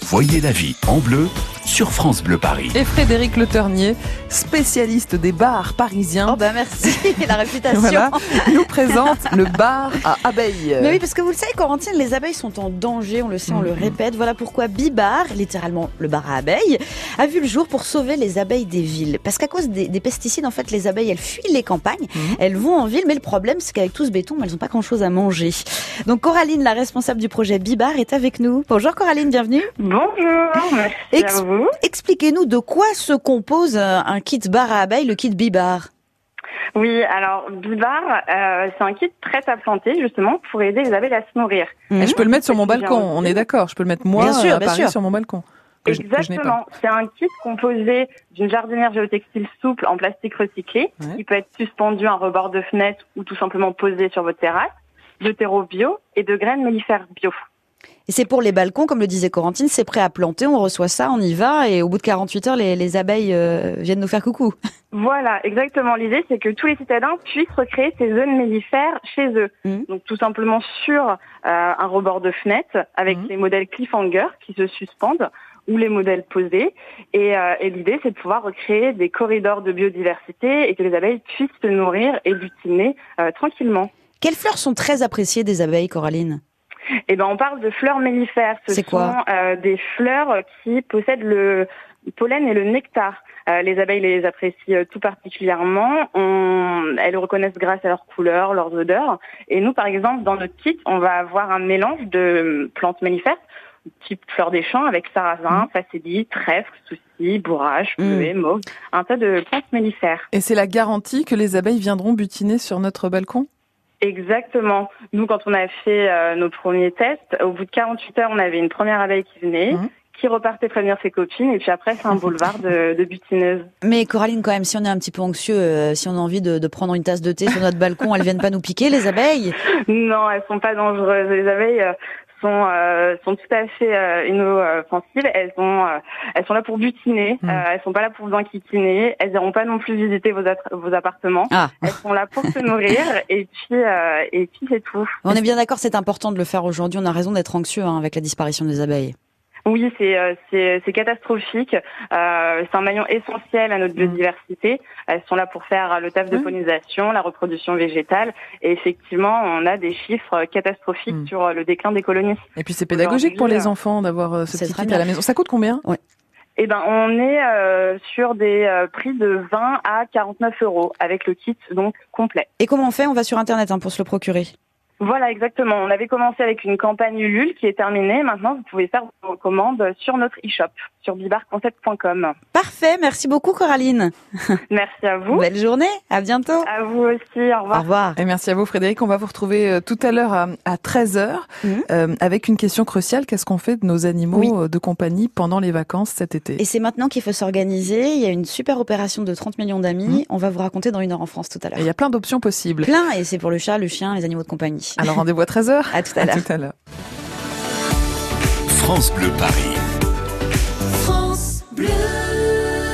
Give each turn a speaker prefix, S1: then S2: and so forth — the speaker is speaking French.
S1: Voyez la vie en bleu sur France Bleu Paris.
S2: Et Frédéric Le Ternier, spécialiste des bars parisiens,
S3: Oh bah merci, la réputation.
S2: voilà, nous présente le bar à abeilles.
S3: Mais oui, parce que vous le savez, Corentine, les abeilles sont en danger, on le sait, on le répète. Voilà pourquoi Bibar, littéralement le bar à abeilles, a vu le jour pour sauver les abeilles des villes. Parce qu'à cause des, des pesticides, en fait, les abeilles, elles fuient les campagnes, elles vont en ville, mais le problème, c'est qu'avec tout ce béton, elles n'ont pas grand-chose à manger. Donc Coraline, la responsable du projet Bibar, est avec nous. Bonjour Coraline, bienvenue.
S4: Bonjour, merci
S3: Ex-
S4: à vous.
S3: Expliquez-nous de quoi se compose euh, un kit bar à abeilles, le kit Bibar.
S4: Oui, alors Bibar, euh, c'est un kit prêt à planter justement pour aider les abeilles à se nourrir.
S2: Et je peux le mettre sur mon
S4: Bien
S2: balcon,
S4: sûr.
S2: on est d'accord. Je peux le mettre moi
S3: Bien sûr,
S2: à
S3: bien
S2: Paris
S3: sûr.
S2: sur mon balcon. que je- que je n'ai pas.
S4: Exactement, c'est un kit composé d'une jardinière géotextile souple en plastique recyclé
S2: Ouais.
S4: qui peut être suspendu à un rebord de fenêtre ou tout simplement posé sur votre terrasse, de terreau bio et de graines mellifères bio.
S3: Et c'est pour les balcons, comme le disait Corentine, c'est prêt à planter, on reçoit ça, on y va, et au bout de 48 heures, les, les abeilles euh, viennent nous faire coucou.
S4: Voilà, exactement. L'idée, c'est que tous les citadins puissent recréer ces zones mellifères chez eux.
S3: Mhm.
S4: Donc tout simplement sur euh, un rebord de fenêtre avec
S2: Mhm.
S4: les modèles cliffhanger qui se suspendent ou les modèles posés. Et, euh, et l'idée, c'est de pouvoir recréer des corridors de biodiversité et que les abeilles puissent se nourrir et butiner euh, tranquillement.
S3: Quelles fleurs sont très appréciées des abeilles, Coraline
S4: Et ben, on parle de fleurs mellifères. Ce
S3: C'est
S4: sont
S3: quoi
S4: euh, des fleurs qui possèdent le pollen et le nectar. Euh, les abeilles les apprécient euh, tout particulièrement. On- elles le reconnaissent grâce à leurs couleurs, leurs odeurs. Et nous, par exemple, dans notre kit, on va avoir un mélange de euh, plantes mellifères, type fleurs des champs, avec
S3: Mmh.
S4: sarrasin, facélie, trèfle, souci, bourrache,
S3: Mm.
S4: bleuet, mauve, un tas de plantes mellifères.
S2: Et c'est la garantie que les abeilles viendront butiner sur notre balcon
S4: Exactement. Nous, quand on a fait euh, nos premiers tests, au bout de 48 heures, on avait une première abeille qui venait,
S2: Mhm.
S4: qui repartait prévenir ses copines, et puis après, c'est un boulevard de, de butineuses.
S3: Mais Coraline, quand même, si on est un petit peu anxieux, euh, si on a envie de, de prendre une tasse de thé sur notre balcon, elles viennent pas nous piquer, les abeilles
S4: Non, elles sont pas dangereuses. Les abeilles euh, sont euh, sont tout à fait euh, inoffensives. Elles sont euh, elles sont là pour butiner.
S2: Mhm.
S4: Euh, elles sont pas là pour vous enquiquiner. Elles n'iront pas non plus visiter vos, attra- vos appartements.
S3: Ah.
S4: Elles sont là pour se nourrir, et puis euh, et puis c'est tout.
S3: On est bien d'accord, c'est important de le faire aujourd'hui, on a raison d'être anxieux hein, avec la disparition des abeilles.
S4: Oui, c'est euh, c'est c'est catastrophique. Euh, c'est un maillon essentiel à notre biodiversité. Elles sont là pour faire euh, le taf de
S2: Oui.
S4: pollinisation, la reproduction végétale. Et effectivement, on a des chiffres catastrophiques
S2: Mm.
S4: sur euh, le déclin des colonies.
S2: Et puis c'est pédagogique pour les
S4: Aujourd'hui,
S2: enfants d'avoir euh, ce
S3: c'est
S2: petit
S3: très
S2: kit
S3: bien.
S2: à la maison. Ça coûte combien
S4: Eh ben, on est euh, sur des euh, prix de 20 à 49 euros avec le kit donc complet.
S3: Et comment on fait On va sur Internet hein, pour se le procurer.
S4: Voilà, exactement. On avait commencé avec une campagne Ulule qui est terminée. Maintenant, vous pouvez faire vos commandes sur notre e-shop, sur bibarconcept.com.
S3: Parfait, merci beaucoup Coraline.
S4: Merci à vous.
S3: Belle journée, à bientôt.
S4: À vous aussi. Au revoir.
S3: Au revoir.
S2: Et merci à vous Frédéric, on va vous retrouver euh, tout à l'heure à, 13h
S3: Mhm.
S2: avec une question cruciale, qu'est-ce qu'on fait de nos animaux
S3: Oui.
S2: euh, de compagnie pendant les vacances cet été
S3: Et c'est maintenant qu'il faut s'organiser. Il y a une super opération de 30 millions d'amis. On va vous raconter dans une heure en France tout à
S2: Mmh. Et Il y
S3: l'heure.
S2: a plein d'options possibles.
S3: Plein, et c'est pour le chat, le chien, les animaux de compagnie.
S2: Alors rendez-vous Ah. à 13h.
S3: À tout à l'heure.
S2: tout à l'heure.
S1: France Bleu Paris.